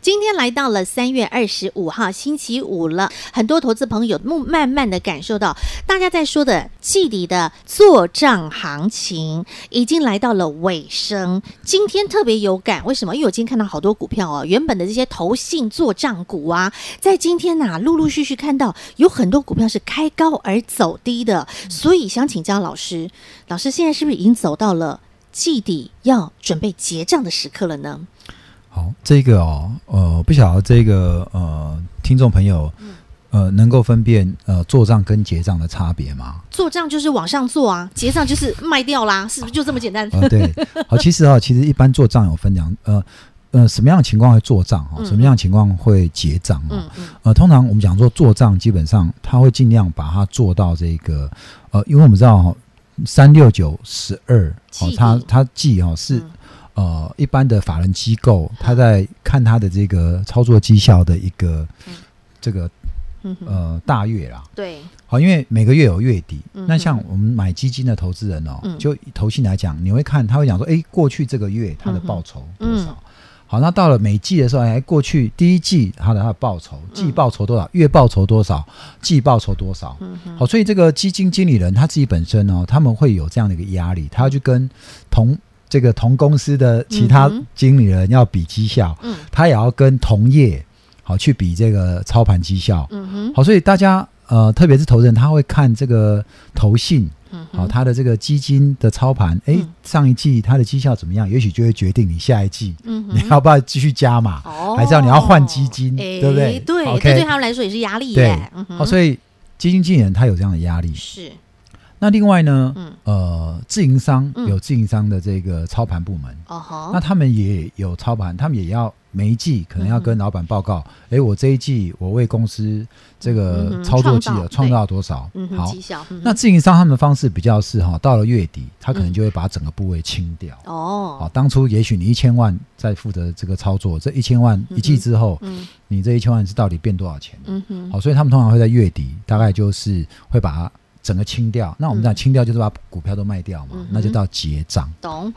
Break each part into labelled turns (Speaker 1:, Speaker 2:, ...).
Speaker 1: 今天来到了三月二十五号星期五了，很多投资朋友慢慢慢的感受到，大家在说的季底的做账行情已经来到了尾声。今天特别有感，为什么？因为我今天看到好多股票哦，原本的这些投信做账股啊，在今天呐、陆陆续续看到有很多股票是开高而走低的，所以想请教老师，老师现在是不是已经走到了季底要准备结账的时刻了呢？
Speaker 2: 好，这个哦，呃，不晓得这个呃，听众朋友，呃，能够分辨呃做账跟结账的差别吗？
Speaker 1: 做账就是往上做啊，结账就是卖掉啦，是不是就这么简单？
Speaker 2: 呃，对，好，其实啊、其实一般做账有分两呃呃，什么样的情况会做账哦，
Speaker 1: 嗯
Speaker 2: 什么样的情况会结账哦？
Speaker 1: 嗯嗯
Speaker 2: 呃，通常我们讲说做账，基本上他会尽量把它做到这个，呃，因为我们知道哈、哦，三六九十二，哦
Speaker 1: 季，底
Speaker 2: 它它记哦是、
Speaker 1: 嗯
Speaker 2: 呃一般的法人机构，他在看他的这个操作绩效的一个、
Speaker 1: 嗯
Speaker 2: 这个
Speaker 1: 嗯哼，
Speaker 2: 呃大月啦。
Speaker 1: 对，
Speaker 2: 好，因为每个月有月底，
Speaker 1: 嗯哼
Speaker 2: 那像我们买基金的投资人哦，
Speaker 1: 嗯
Speaker 2: 就投信来讲，你会看他会讲说，诶，过去这个月它的报酬多
Speaker 1: 嗯
Speaker 2: 少？好，那到了每季的时候，哎，过去第一季它的它的报酬，
Speaker 1: 嗯
Speaker 2: 季报酬多少，月报酬多少，季报酬多少？
Speaker 1: 嗯哼，
Speaker 2: 好，所以这个基金经理人他自己本身哦，他们会有这样的一个压力，他要去跟同这个同公司的其他
Speaker 1: 嗯哼
Speaker 2: 经理人要比绩效，
Speaker 1: 嗯
Speaker 2: 他也要跟同业好去比这个操盘绩效。
Speaker 1: 嗯哼，
Speaker 2: 好，所以大家呃，特别是投资人，他会看这个投信，
Speaker 1: 嗯哼，
Speaker 2: 好、他的这个基金的操盘，诶，
Speaker 1: 嗯
Speaker 2: 上一季它的绩效怎么样，也许就会决定你下一季、
Speaker 1: 嗯
Speaker 2: 你
Speaker 1: 哼，
Speaker 2: 要不要继续加码，
Speaker 1: 哦
Speaker 2: 还是要你要换基金，
Speaker 1: 哎
Speaker 2: 对不对？
Speaker 1: 对，
Speaker 2: o
Speaker 1: 这
Speaker 2: k
Speaker 1: 对他们来说也是压力
Speaker 2: 对
Speaker 1: 耶。嗯
Speaker 2: 好、
Speaker 1: 哼，
Speaker 2: 所以基金经理人他有这样的压力。
Speaker 1: 是，
Speaker 2: 那另外呢，
Speaker 1: 嗯
Speaker 2: 呃，自营商
Speaker 1: 嗯
Speaker 2: 有自营商的这个操盘部门。
Speaker 1: 哦吼，
Speaker 2: 那他们也有操盘，他们也要每一季可能要
Speaker 1: 嗯
Speaker 2: 跟老板报告，诶，我这一季我为公司这
Speaker 1: 嗯
Speaker 2: 个
Speaker 1: 哼
Speaker 2: 操作季
Speaker 1: 创
Speaker 2: 有
Speaker 1: 造
Speaker 2: 创造多少？
Speaker 1: 嗯哼，
Speaker 2: 好
Speaker 1: 绩，效，嗯哼嗯
Speaker 2: 那自营商他们的方式比较是哈，到了月底他可能就会把整个部位清掉。好，
Speaker 1: 哦，
Speaker 2: 当初也许你一千万在负责这个操作，这一千万
Speaker 1: 哼
Speaker 2: 一季之后，
Speaker 1: 嗯
Speaker 2: 你这一千万是到底变多少钱？
Speaker 1: 嗯哼，
Speaker 2: 好，所以他们通常会在月底，大概就是会把它整个清掉。那我们讲清掉就是把股票都卖掉嘛，
Speaker 1: 嗯哼
Speaker 2: 那就到结账。
Speaker 1: 懂，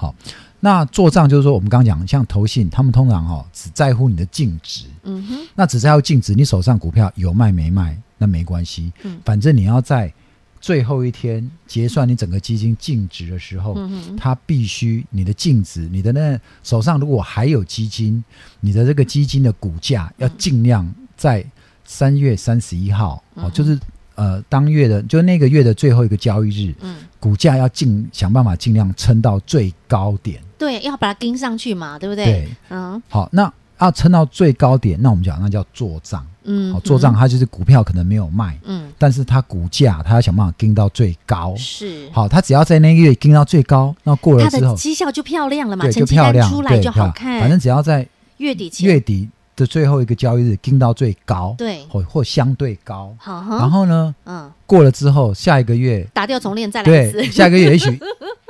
Speaker 2: 那做账就是说，我们刚刚讲，像投信，他们通常哦只在乎你的净值，
Speaker 1: 嗯哼，
Speaker 2: 那只在乎净值，你手上股票有卖没卖，那没关系，
Speaker 1: 嗯
Speaker 2: 反正你要在最后一天结算你整个基金净值的时候，
Speaker 1: 嗯哼，
Speaker 2: 它必须你的净值，你的那手上如果还有基金，你的这个基金的股价要尽量在三月三十一号、
Speaker 1: 嗯
Speaker 2: 哦，就是呃当月的就那个月的最后一个交易日，
Speaker 1: 嗯，
Speaker 2: 股价要尽想办法尽量撑到最高点。
Speaker 1: 对，要把它跟上去嘛，对不对？
Speaker 2: 对，
Speaker 1: 嗯
Speaker 2: 好，那要撑到最高点，那我们讲那叫做账。
Speaker 1: 嗯
Speaker 2: 好，
Speaker 1: 哼，
Speaker 2: 哦做账它就是股票可能没有卖，
Speaker 1: 嗯，
Speaker 2: 但是它股价它要想办法盯到最高。
Speaker 1: 是，
Speaker 2: 哦好，它只要在那个月盯到最高，那过了
Speaker 1: 它
Speaker 2: 之
Speaker 1: 的
Speaker 2: 后，
Speaker 1: 绩效就漂亮了嘛，
Speaker 2: 对，
Speaker 1: 成
Speaker 2: 就
Speaker 1: 绩
Speaker 2: 漂
Speaker 1: 单
Speaker 2: 亮，
Speaker 1: 出来
Speaker 2: 对，
Speaker 1: 就好
Speaker 2: 漂亮
Speaker 1: 看，
Speaker 2: 反正只要在
Speaker 1: 月底前，
Speaker 2: 月底的最后一个交易日盯到最高，
Speaker 1: 对，啊
Speaker 2: 或或相对高，
Speaker 1: 好
Speaker 2: 然
Speaker 1: 哈，
Speaker 2: 后呢，
Speaker 1: 嗯，
Speaker 2: 过了之后，下一个月，
Speaker 1: 打掉重练再来一次
Speaker 2: 对，，下一个月也许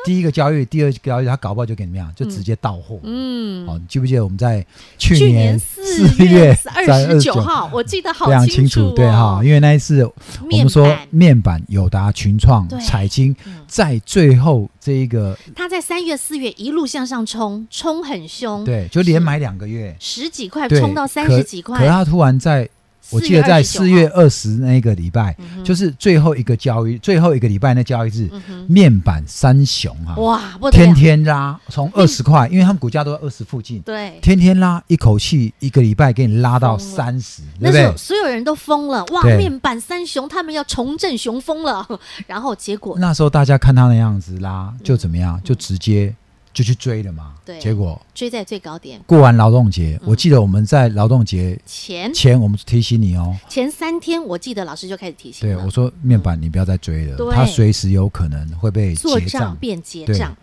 Speaker 2: 第一个交易、第二个交易，它搞不好就给你们样，就直接到货。 哦
Speaker 1: 嗯，
Speaker 2: 好，你记不记得我们在去
Speaker 1: 去
Speaker 2: 年
Speaker 1: 四
Speaker 2: 月
Speaker 1: 二十九
Speaker 2: 29
Speaker 1: 号，我记得好
Speaker 2: 非常
Speaker 1: 清
Speaker 2: 楚，
Speaker 1: 哦
Speaker 2: 对哈，，因为那一次我
Speaker 1: 面
Speaker 2: 们说
Speaker 1: 板
Speaker 2: 面板、友达、群创
Speaker 1: 对、
Speaker 2: 彩晶
Speaker 1: 嗯
Speaker 2: 在最后这一个，
Speaker 1: 它在三月、四月一路向上冲，冲很凶，，
Speaker 2: 对，就连买两个月，
Speaker 1: 十几块嗯
Speaker 2: 对，
Speaker 1: 冲到三
Speaker 2: 可
Speaker 1: 十几
Speaker 2: 可
Speaker 1: 块，
Speaker 2: 他突然在，我记得在四月二十那个礼拜，
Speaker 1: 29号，
Speaker 2: 就是是最后一个交易，最后一个礼拜那交易日，
Speaker 1: 嗯哼，
Speaker 2: 面板三雄啊，
Speaker 1: 哇，不得了
Speaker 2: 天天拉，从二十块，因为他们股价都在二十附近，
Speaker 1: 对。
Speaker 2: 天天拉，一口气一个礼拜给你拉到
Speaker 1: 疯了
Speaker 2: 三十，对
Speaker 1: 嗯那
Speaker 2: 不
Speaker 1: 时
Speaker 2: 对
Speaker 1: 候？所有人都疯了，哇！
Speaker 2: 对
Speaker 1: 面板三雄他们要重振雄风了，然后结果
Speaker 2: 那时候大家看他那样子拉，就怎么样，就直接就去追了嘛。
Speaker 1: 嗯对
Speaker 2: 结果
Speaker 1: 追在最高点
Speaker 2: 过完劳动节，
Speaker 1: 嗯
Speaker 2: 我记得我们在劳动节
Speaker 1: 前
Speaker 2: 前，我们提醒你哦，
Speaker 1: 前三天，我记得老师就开始提醒
Speaker 2: 对
Speaker 1: 了，
Speaker 2: 我说面板你不要再追了，
Speaker 1: 对
Speaker 2: 它随时有可能会被
Speaker 1: 做
Speaker 2: 结
Speaker 1: 账
Speaker 2: 账。
Speaker 1: 变结
Speaker 2: 对
Speaker 1: 账，，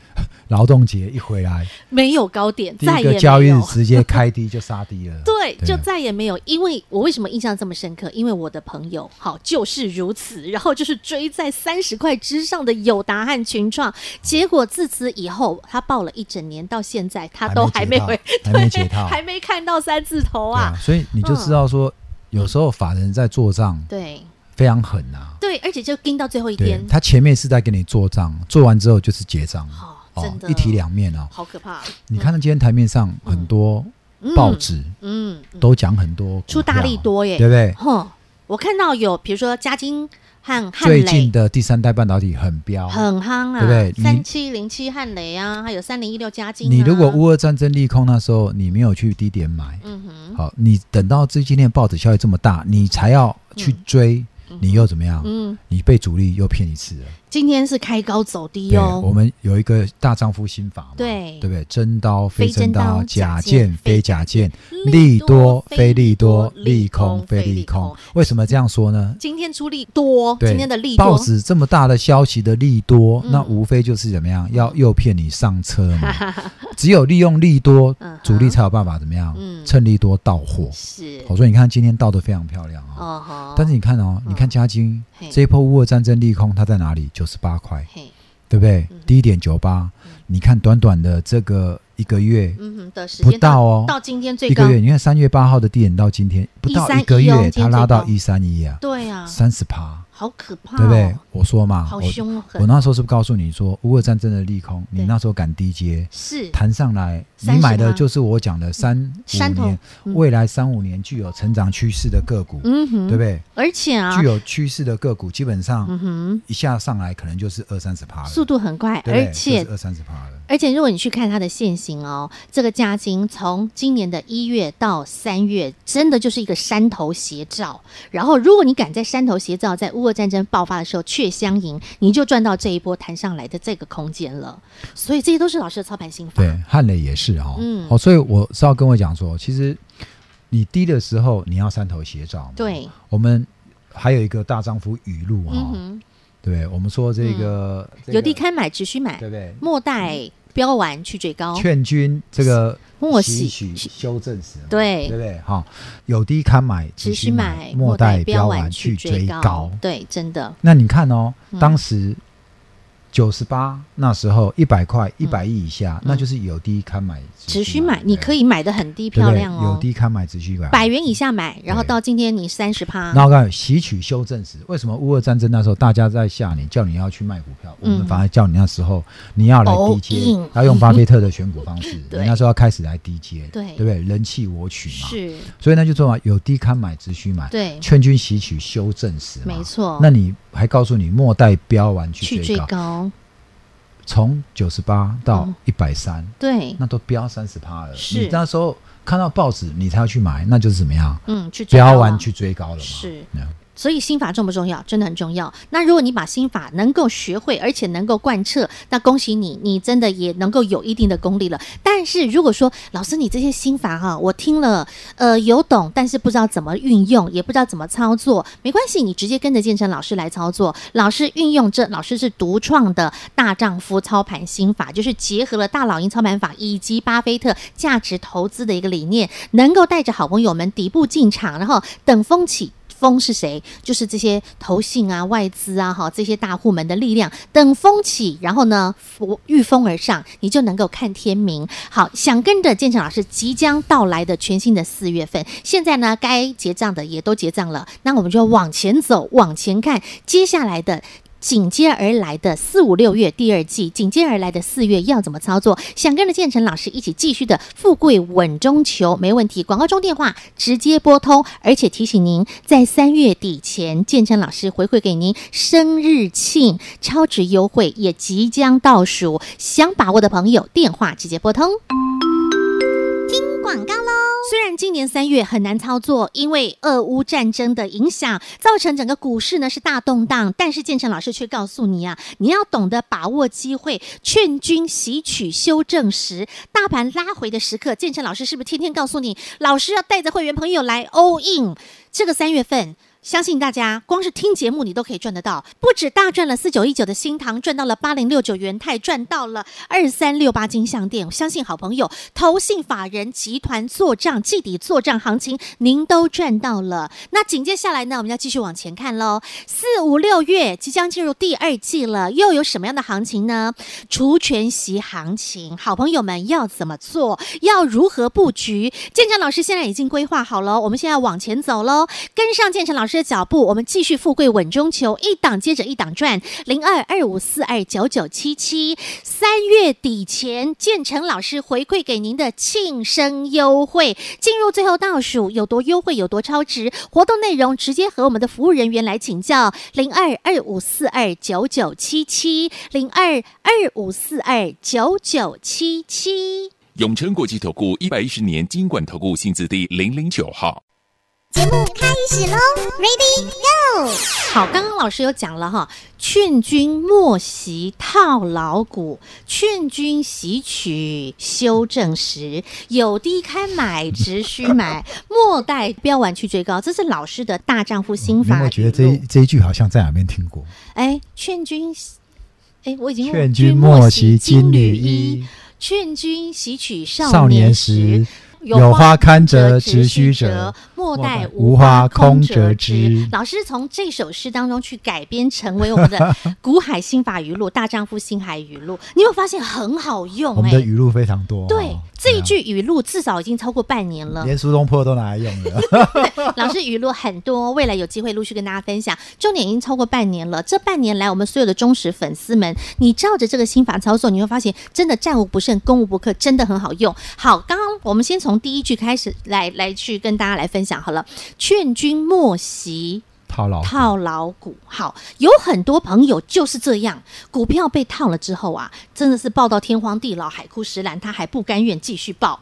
Speaker 2: 劳动节一 回来，
Speaker 1: 没有高点，
Speaker 2: 第
Speaker 1: 再也
Speaker 2: 一个
Speaker 1: 没
Speaker 2: 交易日
Speaker 1: 有。
Speaker 2: 直接开低就杀低了。
Speaker 1: 对，
Speaker 2: 对
Speaker 1: 就再也没有。因为我为什么印象这么深刻？因为我的朋友，好就是如此，然后就是追在三十块之上的友达和群创，结果自此以后，他报了一整年，到现在他啊都还没回，
Speaker 2: 还没
Speaker 1: 对
Speaker 2: 解套还没解套
Speaker 1: 还没嗯看到三字头
Speaker 2: 对啊
Speaker 1: 啊。，
Speaker 2: 所以你就知道说，有时候法人在做账
Speaker 1: 对
Speaker 2: 非常狠啊。
Speaker 1: 对，而且就盯到最后一
Speaker 2: 对啊
Speaker 1: 天，，
Speaker 2: 他前面是在给你做账，做完之后就是结账，
Speaker 1: 哦真的
Speaker 2: 一体两面哦。
Speaker 1: 好可怕。
Speaker 2: 你看到今天台面上很多
Speaker 1: 嗯
Speaker 2: 报纸
Speaker 1: 嗯，
Speaker 2: 都讲很多股票
Speaker 1: 出大力多耶
Speaker 2: 对不对？
Speaker 1: 哼，我看到有比如说嘉金和汉
Speaker 2: 最近
Speaker 1: 雷。
Speaker 2: 的第三代半导体很飙，
Speaker 1: 很夯啊，
Speaker 2: 哦对不对你
Speaker 1: 三七零七汉雷啊，还有三零一六嘉金、啊。
Speaker 2: 你如果乌俄战争利空那时候你没有去低点买，
Speaker 1: 嗯哼，
Speaker 2: 好，你等到这今天报纸效益这么大，你才要去追，你又怎么样？
Speaker 1: 嗯，
Speaker 2: 你被主力又骗一次了。
Speaker 1: 今天是开高走低
Speaker 2: 对，
Speaker 1: 哦。
Speaker 2: 我们有一个大丈夫心法嘛，
Speaker 1: 对
Speaker 2: 对不对？真刀非真刀，
Speaker 1: 假
Speaker 2: 假
Speaker 1: 剑
Speaker 2: 剑
Speaker 1: 非
Speaker 2: 非
Speaker 1: 假
Speaker 2: 假剑，
Speaker 1: 利
Speaker 2: 利
Speaker 1: 多
Speaker 2: 多
Speaker 1: 非
Speaker 2: 非
Speaker 1: 利
Speaker 2: 利
Speaker 1: 多
Speaker 2: 多，
Speaker 1: 利
Speaker 2: 利
Speaker 1: 空
Speaker 2: 空
Speaker 1: 非
Speaker 2: 非
Speaker 1: 利
Speaker 2: 利
Speaker 1: 空
Speaker 2: 空。为什么这样说呢？
Speaker 1: 今天出力多，
Speaker 2: 对
Speaker 1: 今天的力
Speaker 2: 报
Speaker 1: 多，
Speaker 2: 纸这么大的消息的利多，
Speaker 1: 嗯
Speaker 2: 那无非就是怎么样，要诱骗你上车 嘛。只有利用利多
Speaker 1: 嗯哼，
Speaker 2: 主力才有办法怎么样
Speaker 1: 嗯，
Speaker 2: 趁利多到货。
Speaker 1: 是
Speaker 2: 我说，你看今天到的非常漂亮啊，
Speaker 1: 哦吼
Speaker 2: 但是你看哦，
Speaker 1: 嗯
Speaker 2: 你看嘉金
Speaker 1: 嘿
Speaker 2: 这一波乌俄战争利空，它在哪里？九十八块。
Speaker 1: 嘿，嗯
Speaker 2: 对不对？低点九八，你看短短的这个一个月，
Speaker 1: 嗯哼的时
Speaker 2: 不
Speaker 1: 间到
Speaker 2: 到哦
Speaker 1: 到今天最
Speaker 2: 一
Speaker 1: 高
Speaker 2: 个，月，你看三月八号的低点到今天不到
Speaker 1: 131
Speaker 2: 一个
Speaker 1: 哦
Speaker 2: 月，
Speaker 1: 今天
Speaker 2: 它拉到
Speaker 1: 最
Speaker 2: 一三一啊，
Speaker 1: 对啊，
Speaker 2: 三十趴，
Speaker 1: 好可怕，哦
Speaker 2: 对不对？？我说嘛，
Speaker 1: 好
Speaker 2: 我
Speaker 1: 凶啊
Speaker 2: 我
Speaker 1: 狠，
Speaker 2: 那时候是不是告诉你说，乌俄战争的利空，
Speaker 1: 对
Speaker 2: 你那时候敢低接？
Speaker 1: 是
Speaker 2: 弹上来，你
Speaker 1: 30
Speaker 2: 买的
Speaker 1: 吗
Speaker 2: 就是我讲的三
Speaker 1: 山
Speaker 2: 五
Speaker 1: 头
Speaker 2: 年，
Speaker 1: 嗯
Speaker 2: 未来三五年具有成长趋势的个股，
Speaker 1: 嗯哼，
Speaker 2: 对不对？
Speaker 1: 而且啊
Speaker 2: 具，有趋势的个股，基本上
Speaker 1: 嗯哼，
Speaker 2: 一下上来可能就是二三十趴了，
Speaker 1: 速度很快，
Speaker 2: 对不对
Speaker 1: 而且
Speaker 2: 就是二三十趴了。
Speaker 1: 而且，如果你去看它的现形哦，这个价金从今年的一月到三月，真的就是一个山头斜照。然后，如果你敢在山头斜照，在乌俄战争爆发的时候却相迎，你就赚到这一波弹上来的这个空间了。所以，这些都是老师的操盘心法。
Speaker 2: 对，汉雷也是哈、哦，
Speaker 1: 嗯
Speaker 2: 哦，所以我是要跟我讲说，其实你低的时候你要三头斜照嘛，，
Speaker 1: 对，
Speaker 2: 我们还有一个大丈夫语录哈、
Speaker 1: 嗯哼，嗯
Speaker 2: 对，我们说这个、这个
Speaker 1: 有地开买，只需买
Speaker 2: 对，不对？
Speaker 1: 莫待标完去追高。
Speaker 2: 劝君这个
Speaker 1: 莫喜
Speaker 2: 吸取修正时嘛，
Speaker 1: 对
Speaker 2: 对不对？哈、有低看买，只需买，
Speaker 1: 莫
Speaker 2: 莫
Speaker 1: 待
Speaker 2: 待
Speaker 1: 标
Speaker 2: 标
Speaker 1: 完
Speaker 2: 完
Speaker 1: 去
Speaker 2: 去
Speaker 1: 追
Speaker 2: 追
Speaker 1: 高嗯
Speaker 2: 高。。
Speaker 1: 对，真的，
Speaker 2: 那你看哦，当时九十八那时候一百
Speaker 1: 嗯
Speaker 2: 块一百亿以下，那就是有低看买，
Speaker 1: 只需买，你可
Speaker 2: 以
Speaker 1: 以买的很低，
Speaker 2: 对
Speaker 1: 漂
Speaker 2: 不对
Speaker 1: 亮哦
Speaker 2: 有，低看买，只需买，
Speaker 1: 百元以下买，然后
Speaker 2: 对
Speaker 1: 到今天你三十趴。
Speaker 2: 那我告诉你，吸取修正时，为什么乌俄战争那时候大家在吓你，叫你要去卖股票，
Speaker 1: 嗯
Speaker 2: 我们反而叫你那时候你要来低
Speaker 1: All
Speaker 2: 接
Speaker 1: in，
Speaker 2: 要用巴菲特的选股 方式，你
Speaker 1: 对
Speaker 2: 那时候要开始来低接，
Speaker 1: 对
Speaker 2: 对不对？人气我取嘛，
Speaker 1: 是，
Speaker 2: 所以那就说嘛，有低看买，只需买，
Speaker 1: 对
Speaker 2: 劝君吸取修正时，
Speaker 1: 没。错。
Speaker 2: 那你还告诉你莫待标完
Speaker 1: 去
Speaker 2: 去
Speaker 1: 追
Speaker 2: 追高，
Speaker 1: 高，
Speaker 2: 从九十八到
Speaker 1: 嗯
Speaker 2: 一百三，
Speaker 1: 对，
Speaker 2: 那都标三十趴了。
Speaker 1: 是
Speaker 2: 你那时候看到报纸，你才要去买，那就是怎么样？
Speaker 1: 嗯，去追高
Speaker 2: 标
Speaker 1: 啊
Speaker 2: 完去追高了嘛？
Speaker 1: 是
Speaker 2: 嗯。
Speaker 1: 所以心法重不重要？真的很重要。那如果你把心法能够学会，而且能够贯彻，那恭喜你，你真的也能够有一定的功力了。但是如果说老师你这些心法哈、我听了呃有懂，但是不知道怎么运用，也不知道怎么操作，没关系，你直接跟着建成老师来操作。老师运用这老师是独创的大丈夫操盘心法，就是结合了大老鹰操盘法以及巴菲特价值投资的一个理念，能够带着好朋友们底部进场，然后等风起。风是谁？就是这些投信啊、外资啊、哈这些大户们的力量，等风起，然后呢，扶御风而上，你就能够看天明。好，想跟着建成老师即将到来的全新的四月份，现在呢该结账的也都结账了，那我们就往前走，往前看，接下来的。紧接而来的四五六月第二季，紧接而来的四月要怎么操作？想跟着建成老师一起继续的富贵稳中求，没问题。广告中电话直接拨通，而且提醒您，在三月底前，建成老师回馈给您生日庆超值优惠也即将倒数，想把握的朋友，电话直接拨通。
Speaker 3: 广告喽。
Speaker 1: 虽然今年三月很难操作，因为俄乌战争的影响，造成整个股市呢是大动荡。但是建成老师却告诉你啊，你要懂得把握机会，劝君吸取修正时，大盘拉回的时刻，建成老师是不是天天告诉你，老师要带着会员朋友来 all in？这个三月份。相信大家光是听节目，你都可以赚得到。不止大赚了四九一九的新塘，赚到了八零六九元泰，赚到了二三六八金项店。我相信好朋友、投信法人集团做账、季底做账行情，您都赚到了。那紧接下来呢，我们要继续往前看喽。四五六月即将进入第二季了，又有什么样的行情呢？除权息行情，好朋友们要怎么做？要如何布局？建成老师现在已经规划好了，我们现在往前走喽，跟上建成老师的脚步，我们继续富贵稳中求，一档接着一档赚。零二二五四二九九七七，三月底前，建成老师回馈给您的庆生优惠，进入最后倒数，有多优惠有多超值，活动内容直接和我们的服务人员来请教。零二二五四二九九七七，零二二五四二九九七七。
Speaker 4: 永诚国际投顾一百一十年金管投顾新字第零零九号，
Speaker 3: 节目开始喽，Ready Go！
Speaker 1: 好，刚刚老师有讲了哈，劝君莫惜套牢股，劝君吸取修正时，有低开买，直须 买，莫待标完去追高，这是老师的大丈夫心
Speaker 2: 嗯你有
Speaker 1: 法。
Speaker 2: 没有觉得这一这一句好像在哪边听过？
Speaker 1: 哎，劝君，哎，我已经忘
Speaker 2: 劝君莫惜金缕
Speaker 1: 衣
Speaker 2: 衣，，
Speaker 1: 劝君吸取
Speaker 2: 少年时有花堪折直须折，
Speaker 1: 莫待
Speaker 2: 待
Speaker 1: 无
Speaker 2: 无
Speaker 1: 花
Speaker 2: 花
Speaker 1: 空
Speaker 2: 空
Speaker 1: 折
Speaker 2: 折
Speaker 1: 枝
Speaker 2: 枝。
Speaker 1: 老师从这首诗当中去改编成为我们的 古海心法语录《大丈夫心海语录》，你有没有发现很好用
Speaker 2: 我
Speaker 1: 哎、
Speaker 2: 们的语录非常多哦。
Speaker 1: 对，这一
Speaker 2: 啊
Speaker 1: 句语录至少已经超过半年了。
Speaker 2: 连苏东坡都拿来用 了。
Speaker 1: 老师语录很多，未来有机会陆续跟大家分享。重点已经超过半年了，这半年来，我们所有的忠实粉丝们，你照着这个心法操作，你会发现真的战无不胜，攻无不克，真的很好用。好，刚刚我们先从第一句开始来来去跟大家来分享好了，劝君莫惜
Speaker 2: 套牢股，
Speaker 1: 套牢股。好，有很多朋友就是这样，股票被套了之后啊，真的是抱到天荒地老、海枯石烂，他还不甘愿继续抱。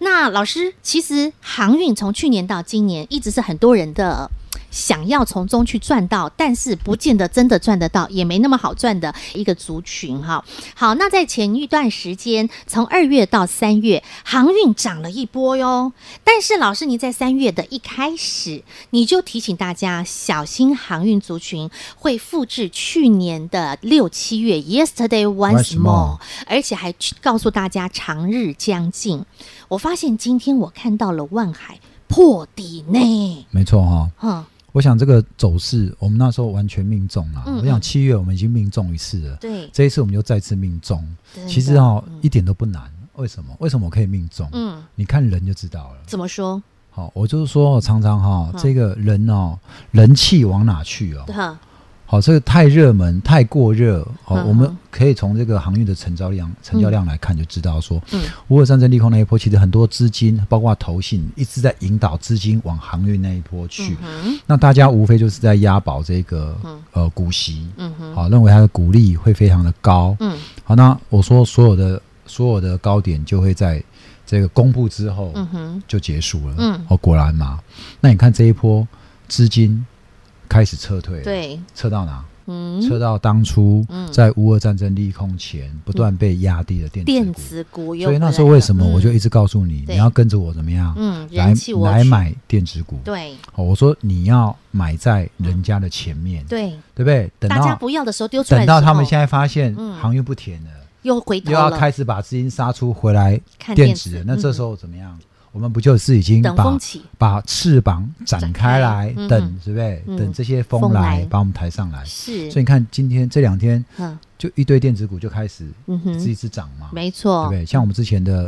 Speaker 1: 那老师，其实航运从去年到今年，一直是很多人的。想要从中去赚到，但是不见得真的赚得到，也没那么好赚的一个族群哈。好，那在前一段时间，从二月到三月，航运涨了一波哟。但是老师，你在三月的一开始，你就提醒大家小心航运族群会复制去年的六七月 （Yesterday once
Speaker 2: Once
Speaker 1: more），
Speaker 2: more
Speaker 1: 而且还去告诉大家长日将近。我发现今天我看到了万海破底呢，
Speaker 2: 没错哈、哦。
Speaker 1: 哼，
Speaker 2: 我想这个走势，我们那时候完全命中了。
Speaker 1: 嗯
Speaker 2: 我想七月我们已经命中一次了，
Speaker 1: 对，
Speaker 2: 这一次我们就再次命中。
Speaker 1: 真的
Speaker 2: 其实哦，一点都不难。为什么？为什么我可以命中？
Speaker 1: 嗯，
Speaker 2: 你看人就知道了。
Speaker 1: 怎么说？
Speaker 2: 好、我就是说，常常哈、
Speaker 1: 嗯
Speaker 2: 这个人哦，人气往哪去哦？
Speaker 1: 哈，
Speaker 2: 好、这个太热门、太过热，好、
Speaker 1: 嗯
Speaker 2: 我们
Speaker 1: 嗯
Speaker 2: 可以从这个航运的成交量、成交量来看，就知道说，
Speaker 1: 嗯
Speaker 2: 乌俄战争利空那一波，其实很多资金，包括投信，一直在引导资金往航运那一波去。
Speaker 1: 嗯
Speaker 2: 那大家无非就是在押宝这个、
Speaker 1: 嗯
Speaker 2: 呃股息，
Speaker 1: 嗯哼，
Speaker 2: 好、认为它的股利会非常的高。
Speaker 1: 嗯
Speaker 2: 好，那我说所有的所有的高点就会在这个公布之后，
Speaker 1: 嗯哼，
Speaker 2: 就结束了。
Speaker 1: 嗯
Speaker 2: 哦，果然嘛。那你看这一波资金开始撤退，，
Speaker 1: 对，
Speaker 2: 撤到哪？
Speaker 1: 嗯，
Speaker 2: 撤到当初
Speaker 1: 嗯
Speaker 2: 在乌俄战争利空前不断被压低的电子股。
Speaker 1: 电子股又
Speaker 2: 所以那
Speaker 1: 回
Speaker 2: 时候
Speaker 1: 来
Speaker 2: 为
Speaker 1: 了
Speaker 2: 什么我就
Speaker 1: 嗯
Speaker 2: 一直告诉你，
Speaker 1: 对
Speaker 2: 你要跟着我怎么样？
Speaker 1: 嗯人
Speaker 2: 来
Speaker 1: 气我
Speaker 2: 来
Speaker 1: 取
Speaker 2: 买电子股，
Speaker 1: 对
Speaker 2: 哦，我说你要买在人家的前面，
Speaker 1: 嗯对，
Speaker 2: 对不对？等
Speaker 1: 大家
Speaker 2: 到
Speaker 1: 不要的时候丢出来
Speaker 2: 等
Speaker 1: 的时候，
Speaker 2: 到他们现在发现
Speaker 1: 嗯
Speaker 2: 航运不甜了，
Speaker 1: 又回头
Speaker 2: 又要
Speaker 1: 了，
Speaker 2: 开始把资金杀出回来
Speaker 1: 看
Speaker 2: 电
Speaker 1: 电
Speaker 2: 子
Speaker 1: 子
Speaker 2: 了，那这
Speaker 1: 嗯
Speaker 2: 时候怎么样？我们不就是已经
Speaker 1: 等
Speaker 2: 把
Speaker 1: 风起，
Speaker 2: 把翅膀展开来
Speaker 1: 展开嗯，
Speaker 2: 等对不对
Speaker 1: 嗯？
Speaker 2: 等这些风
Speaker 1: 风来
Speaker 2: 来把我们抬上来。
Speaker 1: 是
Speaker 2: 所以，你看，今天这两天
Speaker 1: 嗯
Speaker 2: 就一堆电子股就开始
Speaker 1: 嗯
Speaker 2: 一只
Speaker 1: 哼，
Speaker 2: 一只涨嘛，对
Speaker 1: 没错
Speaker 2: 不，对？像我们之前的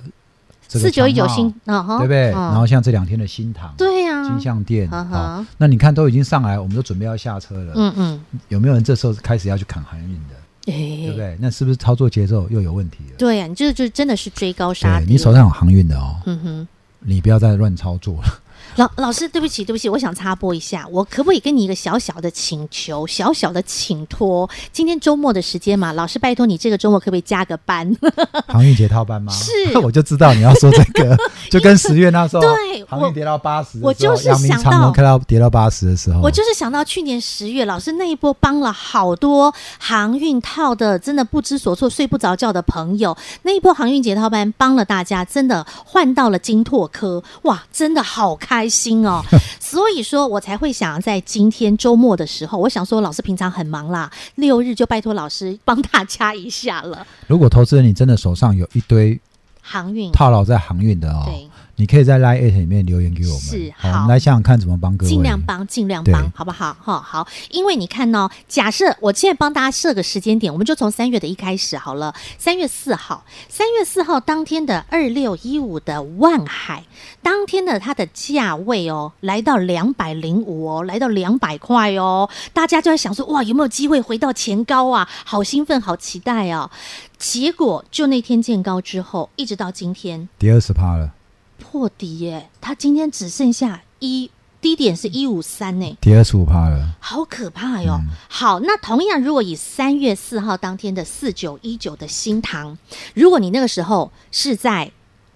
Speaker 2: 这个
Speaker 1: 四九一九
Speaker 2: 强茂
Speaker 1: 新，嗯哼，
Speaker 2: 对不对？
Speaker 1: 嗯
Speaker 2: 然后像这两天的新塘、
Speaker 1: 对呀，
Speaker 2: 金像店，
Speaker 1: 嗯哼
Speaker 2: 好，那你看都已经上来，我们都准备要下车了，
Speaker 1: 嗯嗯，
Speaker 2: 有没有人这时候开始要去砍航运的？对
Speaker 1: 对
Speaker 2: 不？对？那是不是操作节奏又有问题了？
Speaker 1: 对呀，你这就真的是追高杀
Speaker 2: 对
Speaker 1: 低，
Speaker 2: 你手上有航运的哦，
Speaker 1: 嗯哼，
Speaker 2: 你不要再乱操作了，
Speaker 1: 老老师，对不起，对不起，我想插播一下，我可不可以跟你一个小小的请求，小小的请托？今天周末的时间嘛，老师拜托你，这个周末可不可以加个班？
Speaker 2: 航运节套班吗？
Speaker 1: 是
Speaker 2: 我就知道你要说这 个，就跟十月那时候
Speaker 1: 对
Speaker 2: 航
Speaker 1: 我
Speaker 2: 运跌到八十，
Speaker 1: 我就是
Speaker 2: 阳明
Speaker 1: 想
Speaker 2: 长
Speaker 1: 到
Speaker 2: 隆看到跌到八十的时候，
Speaker 1: 我就是想到去年十月，老师那一波帮了好多航运套的，真的不知所措、睡不着觉的朋友。那一波航运解套班帮了大家，真的换到了金拓科，哇，真的好开心哦！所以说我才会想在今天周末的时候，我想说老师平常很忙啦，六日就拜托老师帮大家一下了。
Speaker 2: 如果投资人你真的手上有一堆
Speaker 1: 航运
Speaker 2: 套牢在航运的哦，
Speaker 1: 嗯对，
Speaker 2: 你可以在 Line 里面留言给我们，
Speaker 1: 是
Speaker 2: 好，我
Speaker 1: 好
Speaker 2: 们来想想看怎么帮各位，
Speaker 1: 尽量帮，尽量帮
Speaker 2: 对，
Speaker 1: 好不好？哈、好，因为你看哦，假设我现在帮大家设个时间点，我们就从三月的一开始好了，三月四号，三月四号当天的二六一五的万海，当天的它的价位哦，来到两百零五哦，来到两百块哦，大家就在想说，哇，有没有机会回到前高啊？好兴奋，好期待哦。结果就那天见高之后，一直到今天
Speaker 2: 跌二十趴了，
Speaker 1: 破底耶，它今天只剩下一低点是一五三呢。
Speaker 2: 跌二十五趴了，
Speaker 1: 好可怕哟、
Speaker 2: 嗯
Speaker 1: 好，那同样，如果以三月四号当天的四九一九的新塘，如果你那个时候是在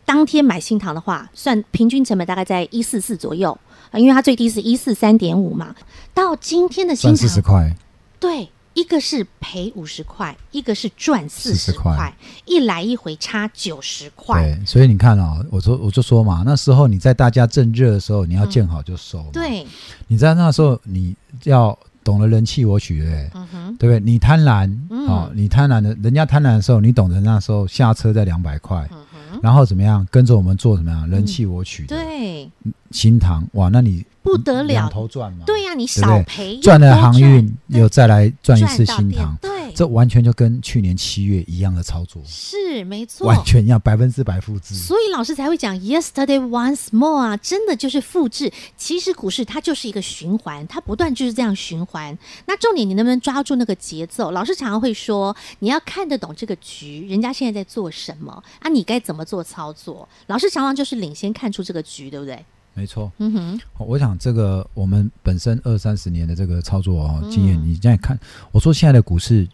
Speaker 1: 当天买新塘的话，算平均成本大概在一四四左右，啊因为它最低是一四三点五嘛。到今天的新
Speaker 2: 赚四十
Speaker 1: 塘，
Speaker 2: 块，
Speaker 1: 对，一个是赔五十块，一个是赚四十
Speaker 2: 40
Speaker 1: 块
Speaker 2: 块，
Speaker 1: 一来一回差九十块。
Speaker 2: 对，所以你看哦，我说我就说嘛，那时候你在大家正热的时候，你要见好就收，，
Speaker 1: 嗯对，
Speaker 2: 你在那时候你要懂得人气我取，对不对
Speaker 1: 嗯哼，
Speaker 2: 对不对？你贪婪
Speaker 1: 嗯
Speaker 2: 哦，你贪婪的，人家贪婪的时候，你懂得那时候下车在两百块，
Speaker 1: 嗯哼，嗯
Speaker 2: 然后怎么样跟着我们做怎么样人气我取的
Speaker 1: 对，
Speaker 2: 新塘哇，那你
Speaker 1: 不得了
Speaker 2: 嗯两，头赚嘛，
Speaker 1: 对呀、你
Speaker 2: 对不
Speaker 1: 少
Speaker 2: 对
Speaker 1: 赔又
Speaker 2: 赚了
Speaker 1: 多
Speaker 2: 航运
Speaker 1: 对
Speaker 2: 又再来赚一
Speaker 1: 赚
Speaker 2: 次
Speaker 1: 到
Speaker 2: 新
Speaker 1: 店
Speaker 2: 塘，
Speaker 1: 对，
Speaker 2: 这完全就跟去年七月一样的操作，
Speaker 1: 是没错。
Speaker 2: 完全一样，百分之百复制。
Speaker 1: 所以老师才会讲 yesterday once more 啊，真的就是复制。其实股市它就是一个循环，它不断就是这样循环。那重点你能不能抓住那个节奏？老师常常会说，你要看得懂这个局，人家现在在做什么啊，你该怎么做操作？老师常常就是领先看出这个局，对不对？
Speaker 2: 没错，
Speaker 1: 嗯哼，
Speaker 2: 哦我想这个我们本身二三十年的这个操作哦
Speaker 1: 嗯
Speaker 2: 经验，你现在看，我说现在的股市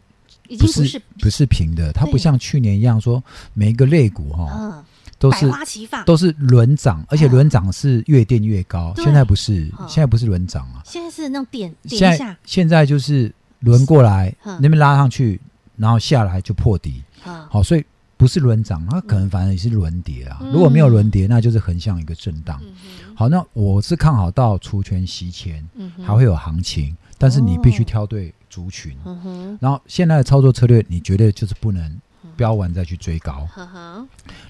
Speaker 1: 已经
Speaker 2: 不
Speaker 1: 不
Speaker 2: 是
Speaker 1: 是
Speaker 2: 不是平的，它
Speaker 1: 对
Speaker 2: 不像去年一样说每一个类股哈
Speaker 1: 嗯，
Speaker 2: 都
Speaker 1: 百
Speaker 2: 是
Speaker 1: 花齐放。
Speaker 2: 都是轮涨，而且
Speaker 1: 嗯
Speaker 2: 轮涨是越垫越高，
Speaker 1: 对
Speaker 2: 现在不是
Speaker 1: 嗯，
Speaker 2: 现在不是轮涨啊，
Speaker 1: 现在是那种点
Speaker 2: 现
Speaker 1: 点一
Speaker 2: 在
Speaker 1: 下，
Speaker 2: 现在就是轮过来
Speaker 1: 嗯
Speaker 2: 那边拉上去，然后下来就破底，
Speaker 1: 啊，
Speaker 2: 好，所以不是轮涨，它可能反而也是轮跌啊。
Speaker 1: 嗯
Speaker 2: 如果没有轮跌，那就是横向一个震荡。
Speaker 1: 嗯哼，
Speaker 2: 好，那我是看好到除权息前
Speaker 1: 嗯哼，
Speaker 2: 还会有行情，但是你必须
Speaker 1: 哦
Speaker 2: 挑对族群。
Speaker 1: 嗯哼，
Speaker 2: 然后现在的操作策略，你绝对就是不能
Speaker 1: 嗯
Speaker 2: 标完再去追高。
Speaker 1: 呵呵，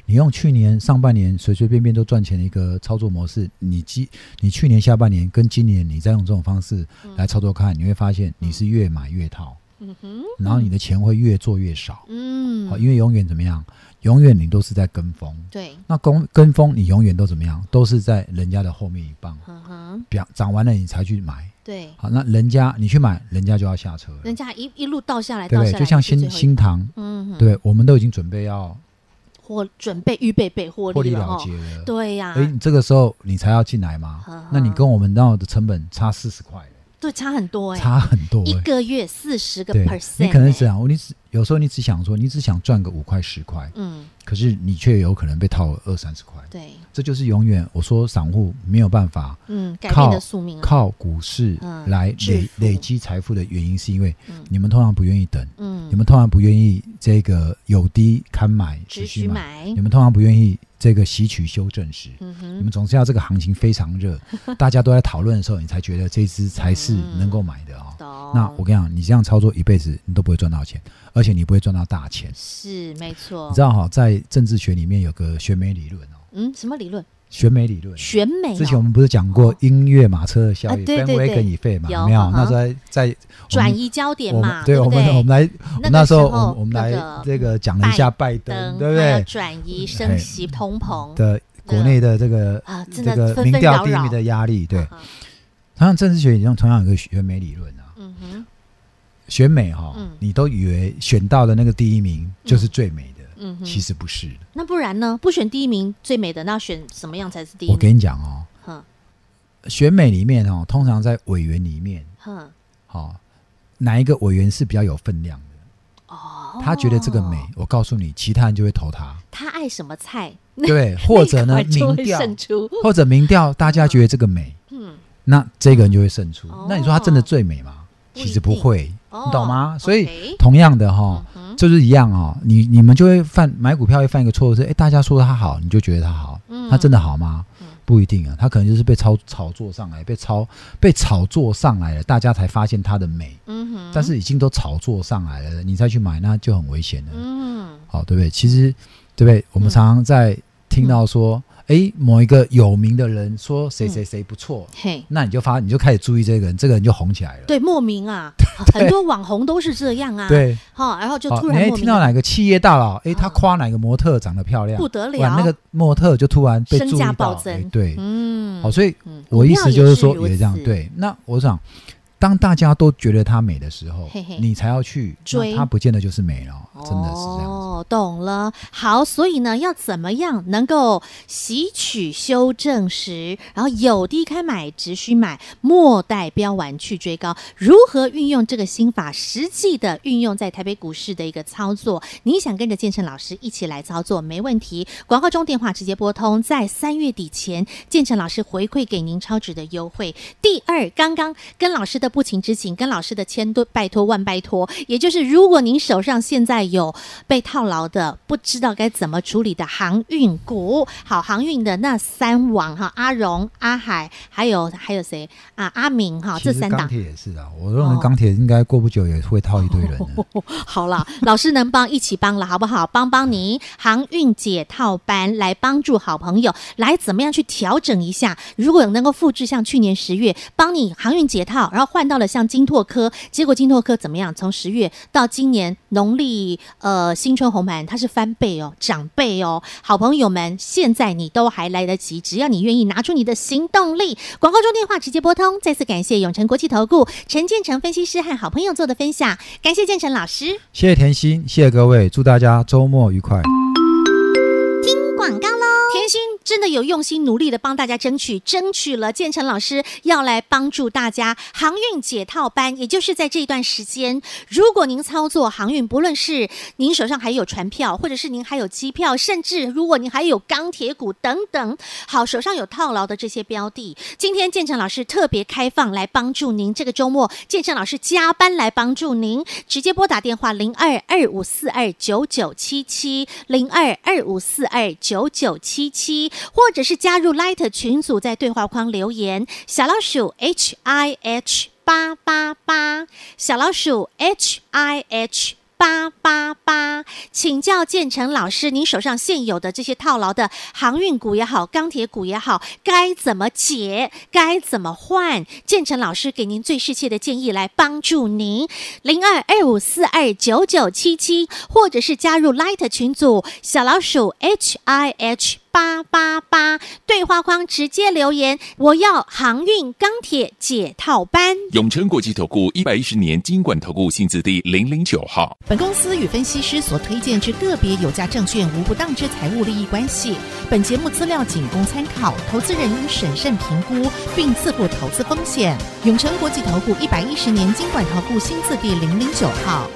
Speaker 2: 你用去年上半年随随便便都赚钱的一个操作模式，你今你去年下半年跟今年你再用这种方式来操作看，你会发现你是越买越套，
Speaker 1: 嗯哼，
Speaker 2: 然后你的钱会越做越少。
Speaker 1: 嗯，
Speaker 2: 好，因为永远怎么样？永远你都是在跟风。
Speaker 1: 对，
Speaker 2: 那跟跟风，你永远都怎么样？都是在人家的后面一棒，
Speaker 1: 嗯哼，
Speaker 2: 表涨完了你才去买。
Speaker 1: 对，
Speaker 2: 好，那人家你去买，人家就要下车了，
Speaker 1: 人家一一路倒下来，
Speaker 2: 对
Speaker 1: 倒
Speaker 2: 不
Speaker 1: 下
Speaker 2: 对？
Speaker 1: 来
Speaker 2: 就像
Speaker 1: 是最
Speaker 2: 新
Speaker 1: 后一
Speaker 2: 新塘，
Speaker 1: 嗯，
Speaker 2: 对，我们都已经准备要
Speaker 1: 获准备预备备获
Speaker 2: 获利
Speaker 1: 利了
Speaker 2: 了
Speaker 1: 哦
Speaker 2: 结，了。
Speaker 1: 对呀
Speaker 2: 哎，，你这个时候你才要进来
Speaker 1: 呵呵
Speaker 2: 吗？那你跟我们那的成本差四十块，
Speaker 1: 对，差很多哎，
Speaker 2: 差很多
Speaker 1: 一
Speaker 2: 哎。
Speaker 1: 个月四十个
Speaker 2: 对，
Speaker 1: percent，
Speaker 2: 你可能
Speaker 1: 哎
Speaker 2: 想，你只有时候你只想说，你只想赚个五块十块，
Speaker 1: 嗯，
Speaker 2: 可是你却有可能被套二三十块。
Speaker 1: 对，
Speaker 2: 这就是永远我说散户没有办法
Speaker 1: 嗯，改变
Speaker 2: 靠
Speaker 1: 的宿命啊，
Speaker 2: 靠股市
Speaker 1: 嗯
Speaker 2: 来
Speaker 1: 致
Speaker 2: 累
Speaker 1: 富
Speaker 2: 累积财富的原因，是因为你们通常不愿意等，你
Speaker 1: 嗯，
Speaker 2: 们通常不愿意这个有低看买
Speaker 1: 只
Speaker 2: 只
Speaker 1: 需
Speaker 2: 需买，
Speaker 1: 买，
Speaker 2: 你们通常不愿意这个吸取修正时。
Speaker 1: 嗯
Speaker 2: 你
Speaker 1: 哼，
Speaker 2: 们总是要这个行情非 常热，大家都在讨论的时候，你才觉得这只才是能够买的哦。
Speaker 1: 懂，
Speaker 2: 那我跟你讲，你这样操作一辈子，你都不会赚到钱，而且你不会赚到大钱。
Speaker 1: 是没错
Speaker 2: 你知，道哈、在政治学里面有个选美理论哦，
Speaker 1: 嗯，什么理论？
Speaker 2: 选美理论。
Speaker 1: 选美哦，
Speaker 2: 之前我们不是讲过音乐马车的效
Speaker 1: 啊
Speaker 2: 应
Speaker 1: 对对
Speaker 2: Ben
Speaker 1: 对
Speaker 2: Wagen 已废嘛？
Speaker 1: 有
Speaker 2: 有没有
Speaker 1: 嗯哼，
Speaker 2: 那时候在在
Speaker 1: 转移焦点
Speaker 2: 我们
Speaker 1: 嘛，
Speaker 2: 对
Speaker 1: 不
Speaker 2: 我们我们来
Speaker 1: 那个
Speaker 2: 那时候
Speaker 1: 时候
Speaker 2: 我们我们
Speaker 1: 那
Speaker 2: 来
Speaker 1: 个
Speaker 2: 这个讲了一下拜登，
Speaker 1: 灯
Speaker 2: 对不哎
Speaker 1: 还有
Speaker 2: 对？
Speaker 1: 转移升息通膨
Speaker 2: 的国内的这个
Speaker 1: 啊，真
Speaker 2: 这
Speaker 1: 的
Speaker 2: 个
Speaker 1: 纷
Speaker 2: 民
Speaker 1: 纷
Speaker 2: 调
Speaker 1: 扰
Speaker 2: 低
Speaker 1: 扰
Speaker 2: 迷，的压力，对
Speaker 1: 嗯。哼
Speaker 2: 同样政治学也用同样有个选美理论啊，
Speaker 1: 嗯哼，
Speaker 2: 选美哈
Speaker 1: 嗯，
Speaker 2: 你都以为选到的那个第一名就是最美的，
Speaker 1: 嗯哼，
Speaker 2: 其实不是。
Speaker 1: 那不然呢？不选第一名最美的，那选什么样才是第一名？
Speaker 2: 我跟你讲哦，
Speaker 1: 哼
Speaker 2: 选美里面哦，通常在委员里面，
Speaker 1: 哼，
Speaker 2: 哦，哪一个委员是比较有分量的？
Speaker 1: 哦，
Speaker 2: 他觉得这个美，我告诉你，其他人就会投他。
Speaker 1: 他爱什么菜，
Speaker 2: 对，或者
Speaker 1: 那
Speaker 2: 呢，
Speaker 1: 一款就
Speaker 2: 民
Speaker 1: 会
Speaker 2: 调，
Speaker 1: 胜出，
Speaker 2: 或者民调，大家觉得这个美，
Speaker 1: 嗯，
Speaker 2: 那这个人就会胜出
Speaker 1: 哦。
Speaker 2: 那你说他真的最美吗？
Speaker 1: 不一定
Speaker 2: 其实不会，
Speaker 1: 哦
Speaker 2: 你懂吗？所以
Speaker 1: OK
Speaker 2: 同样的哈
Speaker 1: 嗯哼，
Speaker 2: 就是一样哦。你你们就会犯买股票会犯一个错误是，哎，大家说他好，你就觉得他好
Speaker 1: 嗯，
Speaker 2: 他真的好吗？不一定啊，他可能就是被炒炒作上来，被炒被炒作上来了，大家才发现他的美。
Speaker 1: 嗯哼，
Speaker 2: 但是已经都炒作上来了，你再去买那就很危险了，
Speaker 1: 嗯，
Speaker 2: 好、对不对？其实，对不对？我们常常在听到
Speaker 1: 嗯
Speaker 2: 说，诶，某一个有名的人说谁谁谁不错，
Speaker 1: 嘿。
Speaker 2: 那你就发，你就开始注意这个人，这个人就红起来了。
Speaker 1: 对，莫名 啊，很多网红都是这样啊。，
Speaker 2: 对，
Speaker 1: 好，然后就
Speaker 2: 好、
Speaker 1: 突
Speaker 2: 哦你
Speaker 1: 然
Speaker 2: 还
Speaker 1: 莫
Speaker 2: 听
Speaker 1: 名
Speaker 2: 到哪个企业大佬，诶，
Speaker 1: 嗯
Speaker 2: 他夸哪个模特长得漂亮，
Speaker 1: 不得了
Speaker 2: 哇，那个模特就突然被
Speaker 1: 身
Speaker 2: 注意
Speaker 1: 价
Speaker 2: 到，
Speaker 1: 暴增
Speaker 2: 诶对，好、
Speaker 1: 嗯，
Speaker 2: 所以
Speaker 1: 嗯
Speaker 2: 我意思就是说
Speaker 1: 股票
Speaker 2: 也
Speaker 1: 也
Speaker 2: 这样
Speaker 1: 是如此
Speaker 2: 对。那我想，当大家都觉得她美的时候，
Speaker 1: 嘿嘿
Speaker 2: 你才要去那
Speaker 1: 追
Speaker 2: 她不见得就是美了，真的是这样子。
Speaker 1: 哦，懂了。好，所以呢，要怎么样能够吸取修正时，然后有低开买，只需买，莫待标完去追高。如何运用这个心法，实际的运用在台北股市的一个操作？你想跟着建成老师一起来操作，没问题。广告中电话直接拨通，在三月底前，建成老师回馈给您超值的优惠。第二，刚刚跟老师的不情之请，跟老师的千多拜托万拜托，也就是如果您手上现在有被套牢的，不知道该怎么处理的航运股，好，航运的那三王哈，阿荣、阿海，还有还有谁啊？阿明哈，
Speaker 2: 其
Speaker 1: 这
Speaker 2: 实
Speaker 1: 三
Speaker 2: 钢
Speaker 1: 档。
Speaker 2: 铁也是啊，我认
Speaker 1: 哦
Speaker 2: 为钢铁应该过不久也会套一堆人 的。
Speaker 1: 好了，老师能帮一起帮了，好不好？帮帮您，航运解套班来帮助好朋友，来怎么样去调整一下？如果能够复制像去年十月帮你航运解套，然后换到了像金拓科，结果金拓科怎么样？从十月到今年农历呃新春红盘，它是翻倍哦，涨倍哦。好朋友们，现在你都还来得及，只要你愿意拿出你的行动力。广告中电话直接拨通。再次感谢永诚国际投顾陈建成分析师和好朋友做的分享，感谢建成老师。
Speaker 2: 谢谢甜心，谢谢各位，祝大家周末愉快。
Speaker 3: 广告喽！
Speaker 1: 甜心真的有用心努力的帮大家争取，争取了建成老师要来帮助大家航运解套班，也就是在这一段时间，如果您操作航运，不论是您手上还有船票，或者是您还有机票，甚至如果您还有钢铁股等等，好，手上有套牢的这些标的，今天建成老师特别开放来帮助您。这个周末，建成老师加班来帮助您，直接拨打电话零二二五四二九九七七零二二五四二九九七七，或者是加入 Light 群组，在对话框留言小老鼠 H I H 八八八，小老鼠 H I H。八八八，请教建成老师，您手上现有的这些套牢的航运股也好，钢铁股也好，该怎么解？该怎么换？建成老师给您最适切的建议来帮助您。零二二五四二九九七七，或者是加入 Light 群组小老鼠 H I H。八八八对话框直接留言，我要航运钢铁解套班。
Speaker 4: 永诚国际投顾一百一十年金管投顾性质第零零九号。
Speaker 5: 本公司与分析师所推荐之个别有价证券无不当之财务利益关系。本节目资料仅供参考，投资人应审慎评估并自负投资风险。永诚国际投顾一百一十年经管投顾新字第零零九号。